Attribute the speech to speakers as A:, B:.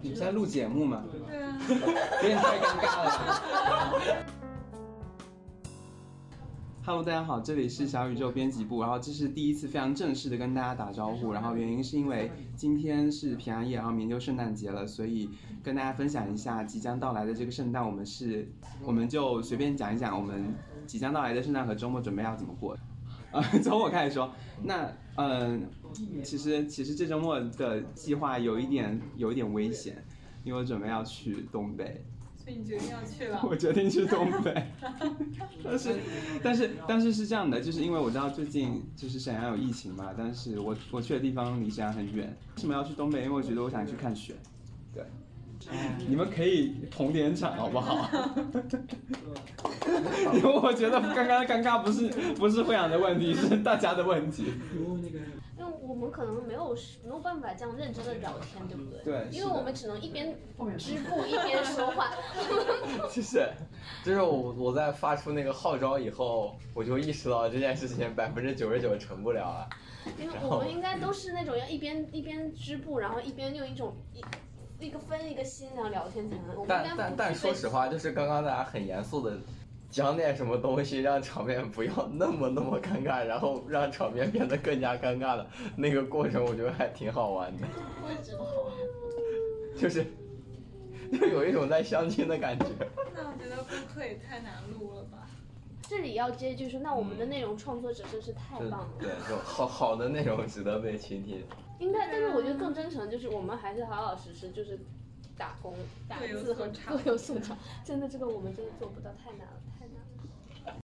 A: 你们在录节目吗？
B: 对啊，
A: 有点太尴尬了。Hello，大家好，这里是小宇宙编辑部，然后这是第一次非常正式的跟大家打招
B: 嗯
A: 呼，然后原因是因为今天是平安夜，然后明天就圣诞节了，所以跟大家分享一下即将到来的这个圣诞，我们是我们就随便讲一讲我们即将到来的圣诞和周末准备要怎么过。 呃，从我开始说，那嗯、其实其实这周末的计划有一点有一点危险，因为我准备要去东北，
B: 所以你决定要去了。 嗯
A: 我决定去东 北，但是但是但是是这样的，就是因为我知道最近就是沈阳有疫情嘛，但是我我去的地方离沈阳很远，为什么要去东北？因为我觉得我想去看雪，对。你们可以捧点场好不好？ 因为我觉得刚刚尴尬不是不是慧阳的问题，是大家的问题。
C: 因为我们可能没有时没有办法这样认真的聊天，
D: 嗯
C: 对不对？
A: 对是
C: 因为
A: 的
C: 我们只能一边织布一边说 话。
D: 就是，就是我我在发出那个号召以后，我就意识到这件事情百分之九十九成不了了。
C: 因为我们应该都是那种要一边一边织布，然后一边用一种一一个分一个心，然后聊天才能。我们应该
D: 但
C: 不
D: 但但
C: 具备
D: 说实，话，就是刚刚大家很严肃的讲点什么东西，让场面不要那么那么尴尬，然后让场面变得更加尴尬的那个过程，我觉得还挺好玩的，
C: 我也觉得好玩。
D: 就是就有一种在相亲的感觉。
B: 那我觉得播客也太难录了吧？
C: 这里要接一句说，那我们的内容创作者真是太
D: 就
C: 棒了。
D: 嗯对，就好好的内容值得被倾听。
C: 应该，但是我觉得更真诚的就是我们还是老老实实，就是打工、打
B: 各有
C: 字和
B: 所长
C: 各有所长。真的，这个我们真的做不到，太难了，太